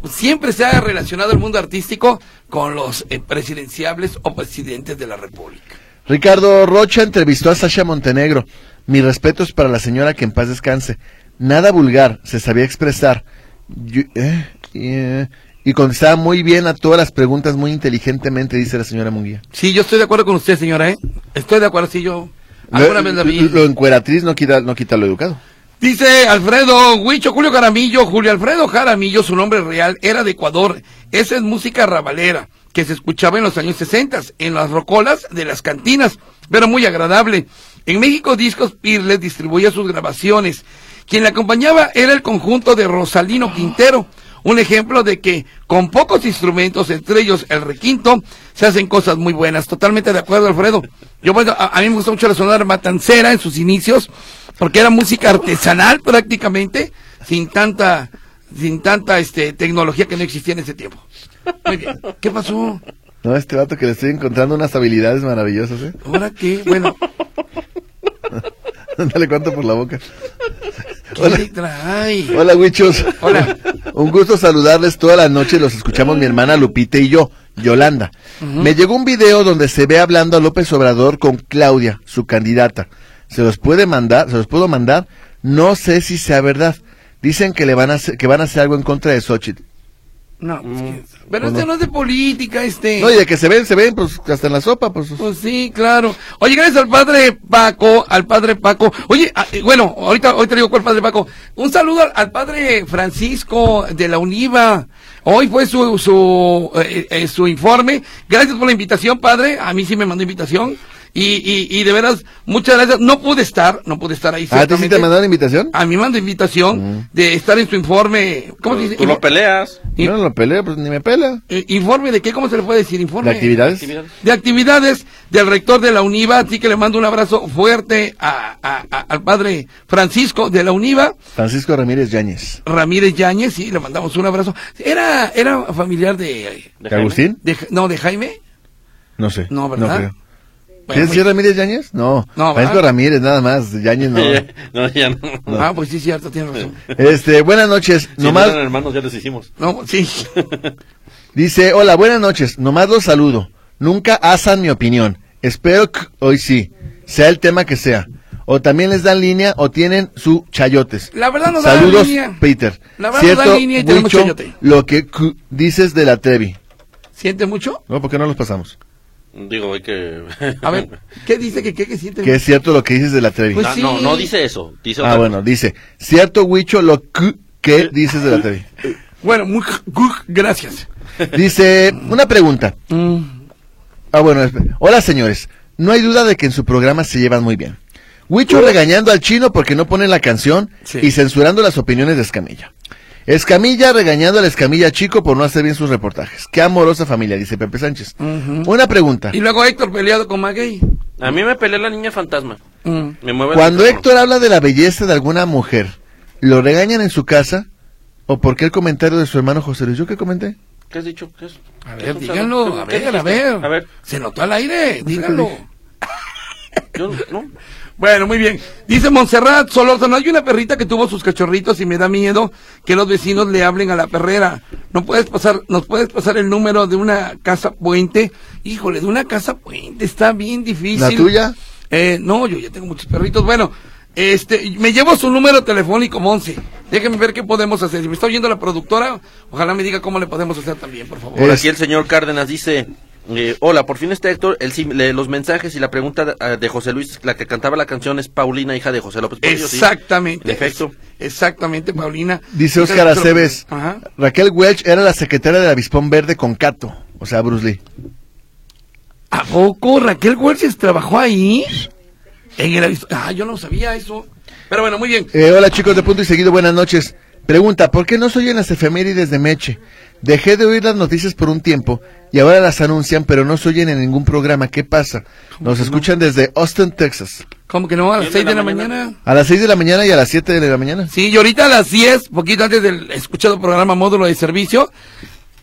Siempre se ha relacionado el mundo artístico con los eh, presidenciables o presidentes de la República. Ricardo Rocha entrevistó a Sasha Montenegro. Mis respetos para la señora que en paz descanse. Nada vulgar, se sabía expresar. Yo- eh, eh, y contestaba muy bien a todas las preguntas muy inteligentemente, dice la señora Munguía. Sí, yo estoy de acuerdo con usted, señora, ¿eh? Estoy de acuerdo, sí, yo. Lo, Alguna vez la vi. lo encueratriz no quita, no quita lo educado. Dice Alfredo Huicho, Julio Jaramillo, Julio Alfredo Jaramillo, su nombre real era de Ecuador. Esa es música rabalera que se escuchaba en los años 60, en las rocolas de las cantinas, pero muy agradable. En México Discos Pirles distribuía sus grabaciones. Quien la acompañaba era el conjunto de Rosalino Quintero, un ejemplo de que con pocos instrumentos, entre ellos el requinto, se hacen cosas muy buenas. Totalmente de acuerdo, Alfredo. Yo, bueno, a, a mí me gusta mucho la sonora matancera en sus inicios, porque era música artesanal prácticamente, sin tanta, sin tanta este, tecnología que no existía en ese tiempo. Muy bien. ¿Qué pasó? No, este vato que le estoy encontrando unas habilidades maravillosas, ¿eh? *laughs* ¿Ahora qué? Bueno, Dale cuánto por la boca. ¿qué Hola, le trae? hola, huichos. Hola. Un gusto saludarles toda la noche. Los escuchamos mi hermana Lupita y yo, Yolanda. Me llegó un video donde se ve hablando a López Obrador con Claudia, su candidata. Se los puede mandar, se los puedo mandar. No sé si sea verdad. Dicen que le van a hacer, que van a hacer algo en contra de Xochitl. No, pues, ¿qué? pero este no es de política, este. Mm. No, y de que se ven, se ven, pues hasta en la sopa, pues. Pues sí, claro. Oye, gracias al padre Paco, al padre Paco. Oye, ah, eh, bueno, ahorita, ahorita digo cuál padre Paco. Un saludo al, al padre Francisco de la UNIVA. Hoy fue su, su, eh, eh, su informe. Gracias por la invitación, padre. A mí sí me mandó invitación. Y, y, y de veras, muchas gracias. No pude estar, no pude estar ahí. Ah, ¿A ti sí te ciertamente. Ah, mandaron Mm. invitación? A mí mandó invitación de estar en su informe. ¿Cómo se dice? Tú lo peleas. Y- Yo no lo peleo, pues ni me pela. Eh, ¿Informe de qué? ¿Cómo se le puede decir? Informe. ¿De actividades? Actividades. de actividades del rector de la UNIVA, así que le mando un abrazo fuerte a- a- a- al padre Francisco de la UNIVA, Francisco Ramírez Yáñez. Ramírez Yáñez, y le mandamos un abrazo. Era, era familiar de, ¿De ¿De Agustín? de- no, de Jaime. No sé. No, ¿verdad? creo. Bueno, ¿Sí, sí, Ramírez Yáñez? No. No, Francisco ¿verdad? Ramírez, nada más. Yáñez no. Jaime? *laughs* no, ya no. pues- Ah, pues sí, es cierto, tiene razón. Este, buenas noches. Si no nomás eran hermanos, ya les hicimos. No, sí. *laughs* dice, hola, buenas noches. Nomás los saludo. Nunca asan mi opinión. Espero que hoy sí, sea el tema que sea. O también les dan línea o tienen su chayotes. La verdad nos dan Saludos, línea. Peter. La verdad nos Cierto, dan línea y tenemos Huicho, chayote. lo que cu- dices de la Trevi. ¿Siente mucho? No, porque no los pasamos. Digo, hay que. *laughs* A ver, ¿qué dice que, que, que siente? Que es cierto lo que dices de la Trevi. Pues Ah, sí. No, no dice eso. Dice ah, otra bueno, dice, cierto, Huicho, lo cu- que dices de *laughs* la Trevi. Bueno, muy, muy- gracias. Dice, una pregunta. Mm. Ah, bueno, esp- hola señores. No hay duda de que en su programa se llevan muy bien. Huicho regañando al chino porque no pone la canción Sí. y censurando las opiniones de Escamilla. Escamilla regañando al Escamilla chico por no hacer bien sus reportajes. Qué amorosa familia, dice Pepe Sánchez. Una pregunta. Y luego Héctor peleado con Maguey. cosa. A mí me pelea la niña fantasma. Mm. Me mueve el Cuando micrófono. Héctor habla de la belleza de alguna mujer, ¿lo regañan en su casa? ¿O por qué el comentario de su hermano José Luis? ¿Yo qué comenté? ¿Qué has dicho? ¿Qué es? A ¿Qué ver, has díganlo, dicho? a ¿Qué ver, a dijiste? ver. A ver, Se notó al aire, díganlo. yo no. Bueno, muy bien. Dice Montserrat Solórzano, hay una perrita que tuvo sus cachorritos y me da miedo que los vecinos le hablen a la perrera. No puedes pasar, nos puedes pasar el número de una casa puente. Híjole, de una casa puente está bien difícil. ¿La tuya? Eh, no, yo ya tengo muchos perritos. Bueno, este, me llevo su número telefónico, Monse. Déjenme ver qué podemos hacer. Si me está oyendo la productora, ojalá me diga cómo le podemos hacer también, por favor. Por Es- aquí el señor Cárdenas dice, eh, hola, por fin está Héctor, él sí lee los mensajes y la pregunta eh, de José Luis, la que cantaba la canción es Paulina, hija de José López. Portillo, sí. Exactamente. En efecto. Exactamente, Paulina. Dice Óscar Aceves, Ajá. Raquel Welch era la secretaria del Avispón Verde con Cato, o sea, Bruce Lee. ¿A poco Raquel Huerces trabajó ahí? En el aviso- Ah, yo no sabía eso. Pero bueno, muy bien. Eh, hola chicos de Punto y Seguido, buenas noches. Pregunta, ¿por qué no se oyen las efemérides de Meche? Dejé de oír las noticias por un tiempo y ahora las anuncian, pero no se oyen en ningún programa. ¿Qué pasa? Nos escuchan desde Austin, Texas, ¿Cómo que no? A las Bien 6 de la mañana. mañana. a las 6 de la mañana y a las 7 de la mañana. Sí, y ahorita a las 10, poquito antes del escuchado programa módulo de servicio,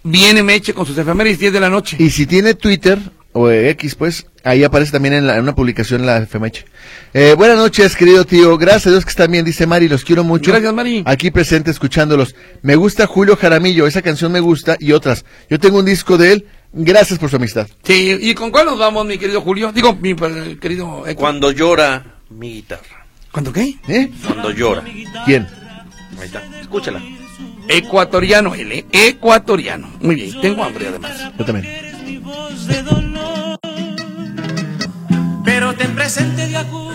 viene Meche con sus efemérides 10 de la noche. Y si tiene Twitter o eh, X, pues ahí aparece también en, la- en una publicación la FMH. Eh, buenas noches, querido tío. Gracias a Dios que están bien, dice Mari. Los quiero mucho. Gracias, Mari. Aquí presente escuchándolos. Me gusta Julio Jaramillo. Esa canción me gusta y otras. Yo tengo un disco de él. Gracias por su amistad. Sí, ¿y con cuál nos vamos, mi querido Julio? Digo, mi eh, querido Héctor. Cuando llora mi guitarra. ¿Cuándo qué? ¿Eh? Cuando llora. ¿Quién? Ahí está. Escúchala. Ecuatoriano, él, ¿eh? Ecuatoriano. Muy bien, tengo hambre además. Yo también. Eres mi voz de dolor. Pero ten presente de acuerdo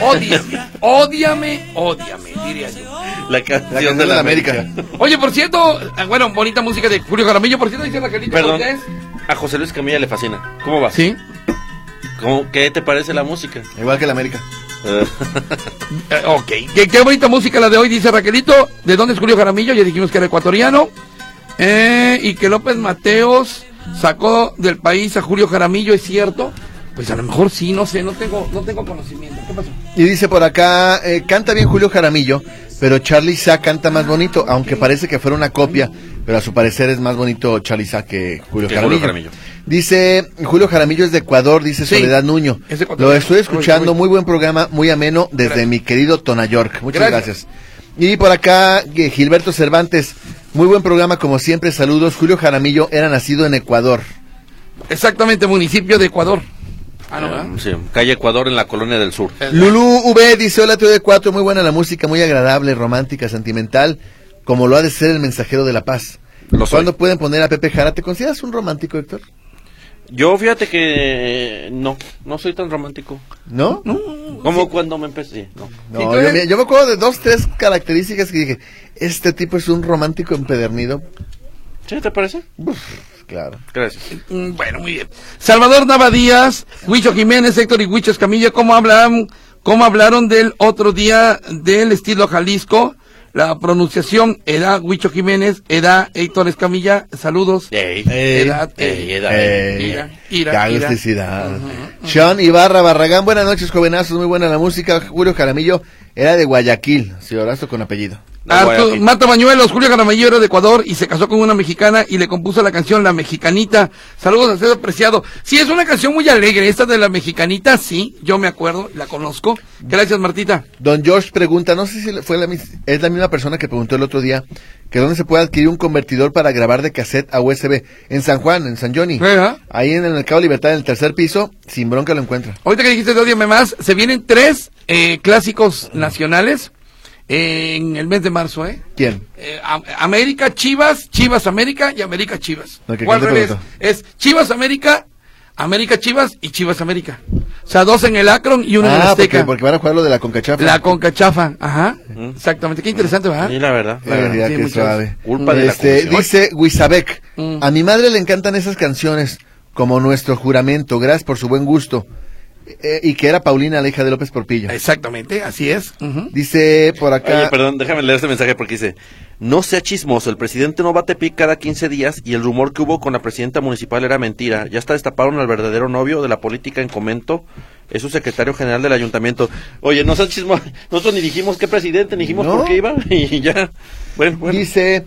Ódiame, ódiame, ódiame, diría yo. La canción, La canción de la América. América. Oye, por cierto, ah, bueno, bonita música de Julio Jaramillo, por cierto, dice la Carlita Perdón. Cortés. A José Luis Camilla le fascina. ¿Cómo va? Sí. ¿Cómo- ¿Qué te parece la música? Igual que la América. Eh, Eh, ok, ¿Qué, qué bonita música la de hoy, dice Raquelito. ¿De dónde es Julio Jaramillo? Ya dijimos que era ecuatoriano. Eh, y que López Mateos sacó del país a Julio Jaramillo, ¿es cierto? Pues a lo mejor sí, no sé, no tengo, no tengo conocimiento. ¿Qué pasó? Y dice por acá, eh, canta bien Julio Jaramillo, pero Charlie Sa canta más bonito, aunque parece que fuera una copia, pero a su parecer es más bonito Charlie Sa que Julio, Que Jaramillo. Julio Jaramillo. Dice, Julio Jaramillo es de Ecuador, dice Sí, Soledad Nuño. es de Ecuador. Lo estoy Uy, escuchando, uy. muy buen programa, muy ameno, desde mi querido Tonayork. Muchas Gracias. gracias. Y por acá, eh, Gilberto Cervantes, muy buen programa como siempre, saludos. Julio Jaramillo era nacido en Ecuador. Exactamente, municipio de Ecuador. Ah, no, ¿verdad? Eh, Eh. sí, calle Ecuador en la Colonia del Sur. Lulú V dice, hola tío de cuatro, muy buena la música, muy agradable, romántica, sentimental, como lo ha de ser el mensajero de la paz. Lo soy. ¿Cuándo pueden poner a Pepe Jara? ¿Te consideras un romántico, Héctor? Yo fíjate que eh, no, no soy tan romántico. ¿No? No, Como cuando me empecé. sí, no. Entonces- yo, me- yo me acuerdo de dos, tres características que dije, este tipo es un romántico empedernido. ¿Sí, te parece? Claro. Gracias. Mm, Bueno, muy bien. Salvador Navadías, Huicho Jiménez, Héctor y Huicho Escamilla, ¿cómo hablaron, cómo hablaron del otro día del estilo Jalisco? La pronunciación era Huicho Jiménez, era Héctor Escamilla, saludos. Ey, Eh, Edad, ey, eh, edad, Eh, Ira, ira, qué ira. agusticidad. Sean Ibarra Barragán, buenas noches, jovenazos, muy buena la música. Julio Jaramillo era de Guayaquil, señorazo con apellido. no, Arturo, Guayaquil. Mata Ah, Bañuelos, Julio Jaramillo era de Ecuador y se casó con una mexicana y le compuso la canción La Mexicanita. Saludos a César Preciado. Sí, es una canción muy alegre, esta de La Mexicanita, sí, yo me acuerdo, la conozco. Gracias, Martita. Don George pregunta, no sé si fue la, mis- es la misma persona que preguntó el otro día, que dónde se puede adquirir un convertidor para grabar de cassette a USB. En San Juan, en San Johnny. Ajá. Ahí en el Mercado Libertad, en el tercer piso, sin bronca lo encuentra. Ahorita que dijiste de Ódiame Más, se vienen tres eh, clásicos nacionales en el mes de marzo, ¿eh? ¿Quién? Eh, Am- América Chivas, Chivas América y América Chivas. No, que O al cante revés, bonito. es Chivas América, América Chivas y Chivas América. O sea, dos en el Akron y uno en el ah, porque, Azteca. porque van a jugar lo de la Concachafa. La concachafa, ajá. Exactamente, qué interesante, ¿verdad? Sí, la verdad. Qué la verdad. barbaridad, Sí, qué muchas- suave. Culpa de la Este, comisión. Dice Wisabek, Mm. a mi madre le encantan esas canciones, como nuestro juramento, gracias por su buen gusto. Eh, y que era Paulina, la hija de López Porpillo. Exactamente, así es. ujú. Dice por acá... Oye, perdón, déjame leer este mensaje porque dice, no sea chismoso, el presidente no va a Tepic cada 15 días y el rumor que hubo con la presidenta municipal era mentira. Ya está destaparon al verdadero novio de la política en comento, es su secretario general del ayuntamiento. Oye, no sea chismoso, nosotros ni dijimos qué presidente, ni dijimos No. por qué iba *laughs* y ya. Bueno, bueno. Dice,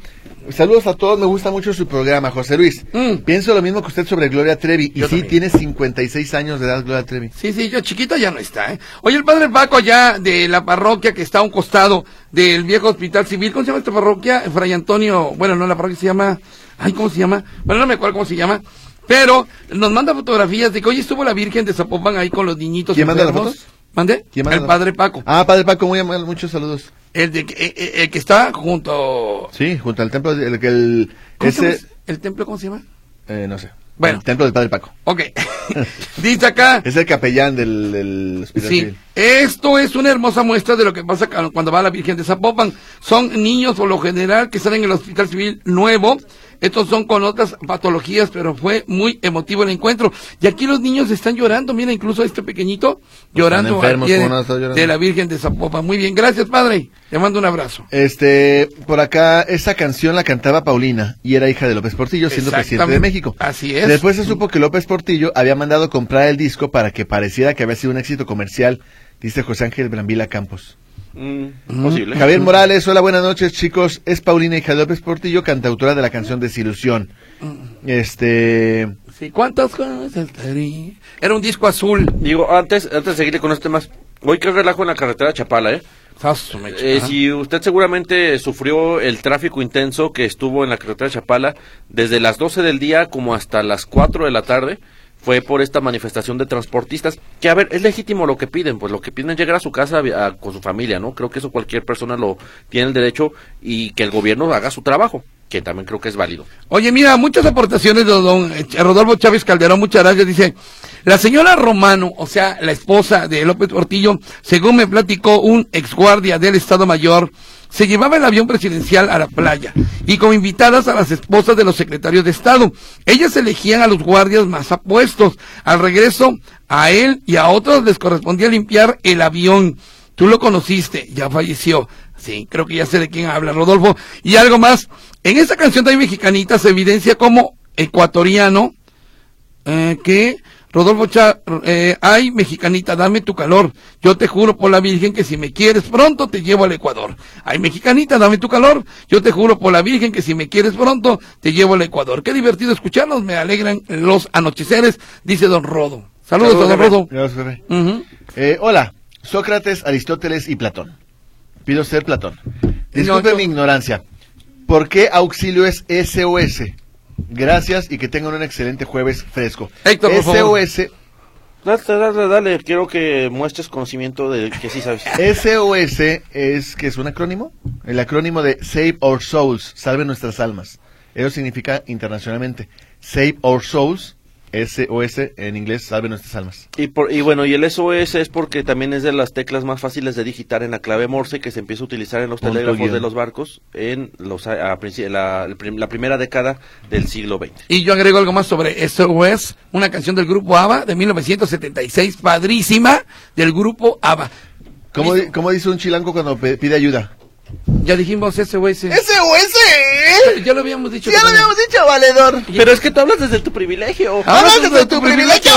saludos a todos, me gusta mucho su programa, José Luis. Mm. Pienso lo mismo que usted sobre Gloria Trevi. Y Yo sí, también. tiene 56 años de edad Gloria Trevi. Sí, sí, yo chiquita ya no está, ¿eh? Oye, el padre Paco allá de la parroquia que está a un costado del viejo hospital civil, ¿cómo se llama esta parroquia? Fray Antonio, bueno, no, la parroquia se llama, ay, ¿cómo se llama? Bueno, no me acuerdo cómo se llama, pero nos manda fotografías de que hoy estuvo la Virgen de Zapopan ahí con los niñitos. ¿Quién manda las enfermos. fotos? ¿Mandé? ¿Quién más? El padre Paco, Ah, padre Paco, muy amable, muchos saludos. el, de, que- eh, eh, el, que está junto... Sí, junto al templo, del- el que el, ¿cómo se llama ese, ¿El templo cómo se llama? eh, no sé. Bueno. El templo del padre Paco. Ok, *laughs* dice acá... Es el capellán del, del hospital Sí, civil. esto es una hermosa muestra de lo que pasa ca- cuando va la Virgen de Zapopan. Son niños por lo general que salen en el Hospital Civil Nuevo. Estos son con otras patologías, pero fue muy emotivo el encuentro. Y aquí los niños están llorando, mira, incluso este pequeñito llorando, enfermos, al pie ¿cómo no están llorando? de la Virgen de Zapopan. Muy bien, gracias padre. Te mando un abrazo. Este, por acá, esa canción la cantaba Paulina y era hija de López Portillo, siendo presidente de Exactamente. México. Así es. Después se supo que López Portillo había mandado comprar el disco para que pareciera que había sido un éxito comercial, dice José Ángel Brambila Campos. Mm, posible. Javier Morales, hola, buenas noches, chicos. Es Paulina Hija de López Portillo, cantautora de la canción Desilusión. Mm. Este. Sí, ¿cuántas cosas estaría? Era un disco azul. Digo, antes, antes de seguirle con los temas, hoy que relajo en la carretera Chapala, ¿eh? Sasu, me Eh, chica. si usted seguramente sufrió el tráfico intenso que estuvo en la carretera Chapala desde las 12 del día como hasta las 4 de la tarde, fue por esta manifestación de transportistas, que a ver, es legítimo lo que piden, pues lo que piden es llegar a su casa a- a- con su familia, ¿no? Creo que eso cualquier persona lo tiene el derecho y que el gobierno haga su trabajo. que también creo que es válido. Oye, mira, muchas aportaciones de don eh, Rodolfo Chávez Calderón, muchas gracias. Dice, la señora Romano, o sea, la esposa de López Portillo, según me platicó un exguardia del Estado Mayor, se llevaba el avión presidencial a la playa y como invitadas a las esposas de los secretarios de Estado. Ellas elegían a los guardias más apuestos. Al regreso, a él y a otros les correspondía limpiar el avión. Tú lo conociste, ya falleció. Sí, creo que ya sé de quién habla Rodolfo. Y algo más, en esta canción de mexicanita se evidencia como ecuatoriano eh, que Rodolfo Cha, eh, ay mexicanita, dame tu calor. Yo te juro por la Virgen que si me quieres pronto te llevo al Ecuador. Ay mexicanita, dame tu calor. Yo te juro por la Virgen que si me quieres pronto te llevo al Ecuador. Qué divertido escucharlos, me alegran los anocheceres, dice don Rodo. Saludos, Saludos, a don jefe. Rodo. Saludos, jefe. Ujú. Eh, hola, Sócrates, Aristóteles y Platón. Pido ser Platón. Disculpe No, yo- mi ignorancia. ¿Por qué auxilio es SOS? Gracias y que tengan un excelente jueves fresco. Héctor, por favor. SOS, Dale, dale, dale, quiero que muestres conocimiento de que sí sabes. SOS es que es un acrónimo, el acrónimo de Save Our Souls, salve nuestras almas. Eso significa internacionalmente Save Our Souls, SOS en inglés, salve nuestras almas. Y, por- y bueno, y el SOS es porque también es de las teclas más fáciles de digitar en la clave Morse que se empieza a utilizar en los Punto telégrafos guión. de los barcos en los a- a princi- la, el prim- la primera década del siglo XX. Y yo agrego algo más sobre SOS, una canción del grupo ABBA de 1976, padrísima del grupo ABBA. ¿Cómo, di- cómo dice un chilango cuando pe- pide ayuda? Ya dijimos SOS. ¡SOS! Ya lo habíamos dicho. ¡Ya lo también. habíamos dicho, valedor! Pero es que tú hablas desde tu privilegio. Ahora desde tu privilegio.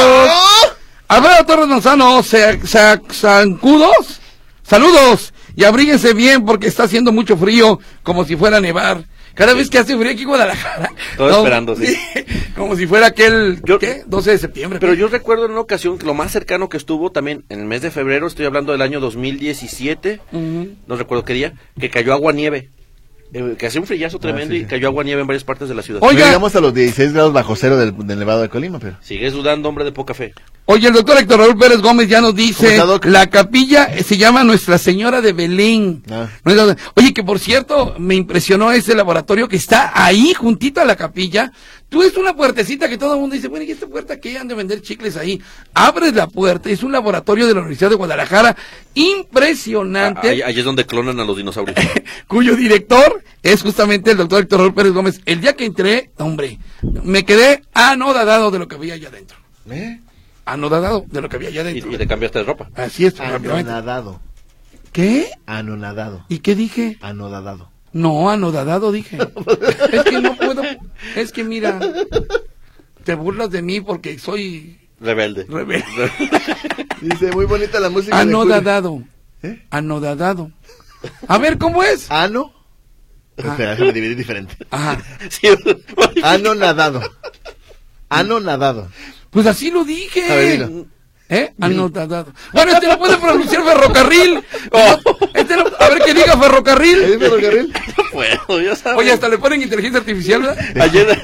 Alfredo Torres Manzano, sa- sa- zancudos, saludos y abríguense bien porque está haciendo mucho frío como si fuera a nevar. Cada vez que hace frío aquí en Guadalajara. Todo esperando, sí. *laughs* Como si fuera aquel, Yo- ¿qué? 12 de septiembre. Pero yo recuerdo en una ocasión que lo más cercano que estuvo también en el mes de febrero, estoy hablando del año 2017, Ujú. no recuerdo qué día, que cayó agua nieve. Eh, que hacía un frillazo tremendo sí, y sí. cayó agua nieve en varias partes de la ciudad. Oye. No llegamos a los 16 grados bajo cero del, del Nevado de Colima, pero. Sigues dudando, hombre de poca fe. Oye, el doctor Héctor Raúl Pérez Gómez ya nos ¿Cómo dice, está, doc? la capilla eh, se llama Nuestra Señora de Belén. Ah. Nuestra- Oye, que por cierto, me impresionó ese laboratorio que está ahí juntito a la capilla. Tú es una puertecita que todo el mundo dice, bueno, ¿y esta puerta qué? Han de vender chicles ahí. Abres la puerta, es un laboratorio de la Universidad de Guadalajara Ah, impresionante Ahí, ahí es donde clonan a los dinosaurios. *laughs* cuyo director es justamente el doctor Héctor Raúl Pérez Gómez. El día que entré, hombre, me quedé anodadado de lo que había allá adentro. ¿Eh? Anodadado de lo que había allá y, adentro. y te cambiaste de ropa. Así es, rápidamente. Anonadado. ¿Qué? Anonadado. Ah, ¿Y qué dije? Anodadado. No, anodadado *laughs* dije. es que no puedo. Es que mira, te burlas de mí porque soy Rebelde. rebelde. Dice, muy bonita la música. de Julio. anodadado. ¿Eh? Anodadado. A ver, ¿cómo es? Ano. Ah. *laughs* Espera, déjame dividir diferente. Ajá. *laughs* Sí, Ano nadado. Ano nadado. Pues así lo A ver, dije. dilo. ¿Eh? Anodadado. Bueno, este no puede pronunciar ferrocarril. Oh. Este no- a ver que diga *laughs* ¿Eh, ferrocarril. ferrocarril? no puedo, ya sabes. Oye, hasta le ponen inteligencia artificial, ¿verdad? *laughs* Ayer.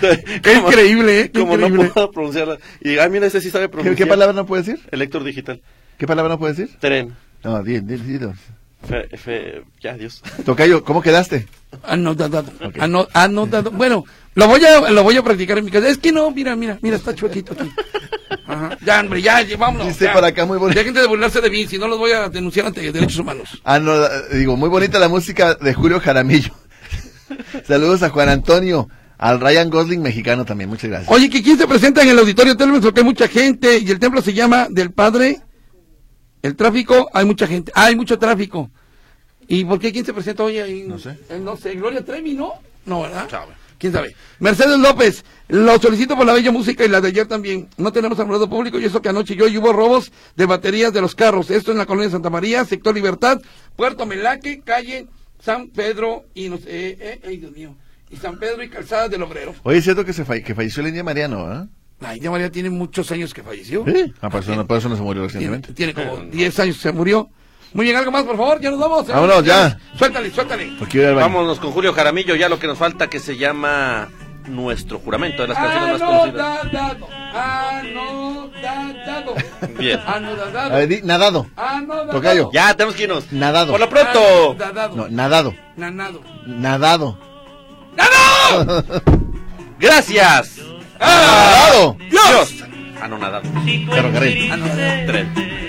*laughs* Qué increíble, ¿eh? Qué Como increíble. no puedo pronunciarla. Y, ah, mira, ese sí sabe ¿Qué, pronunciar. qué palabra no puede decir? Elector digital. ¿Qué palabra no puede decir? Tren. No, di, di, dilo. Fe, fe- ya, Dios. Tocayo, ¿cómo quedaste? Anotado, ano- anotado. Bueno, lo voy a lo voy a practicar en mi casa. Es que no, mira, mira, mira, está chuequito aquí. Ajá. Ya, hombre, ya, ya, vámonos. Dice ya. para acá, muy bonito. Dejen de burlarse de mí, si no los voy a denunciar ante derechos humanos. Ano, digo, muy bonita la música de Julio Jaramillo. *laughs* Saludos a Juan Antonio, al Ryan Gosling mexicano también. Muchas gracias. Oye, que quién se presenta en el auditorio Telmex porque hay mucha gente y el templo se llama del Padre. El tráfico, hay mucha gente, Ah, hay mucho tráfico. ¿Y por qué quién se presenta hoy? ahí? No sé. Eh, No sé, Gloria Trevi, ¿no? No, ¿verdad? ¿Quién sabe? Mercedes López, lo solicito por la bella música y la de ayer también. No tenemos alumbrado público y eso que anoche yo y hubo robos de baterías de los carros. Esto en la colonia Santa María, sector Libertad, Puerto Melaque, calle San Pedro y no sé, eh, eh, ay, Dios mío, y San Pedro y Calzada del Obrero. Oye, es cierto que, se falle- que falleció el India Mariano, ¿ah? La India María tiene muchos años que falleció. Sí. Ah, por eso, no, por eso no se murió Tiene, recientemente. tiene como 10 años que se murió. Muy bien, algo más, por favor, ya nos vamos. señores. Vámonos, ya. Suéltale, suéltale. Porque iba al baño. Vámonos con Julio Jaramillo, ya lo que nos falta que se llama Nuestro Juramento, de las canciones más conocidas. Anodadado. Anodadado. Bien. A ver, Anodadado. di- nadado. Anodadado. Tocayo. Ya, tenemos que irnos. Nadado. Por lo pronto. Anodadado. No, nadado. Nanado. Nadado. ¡Bravo! ¡Gracias! ¡Claro! ¡Dios! Anonadado. si tú Ferrocarril. Tren.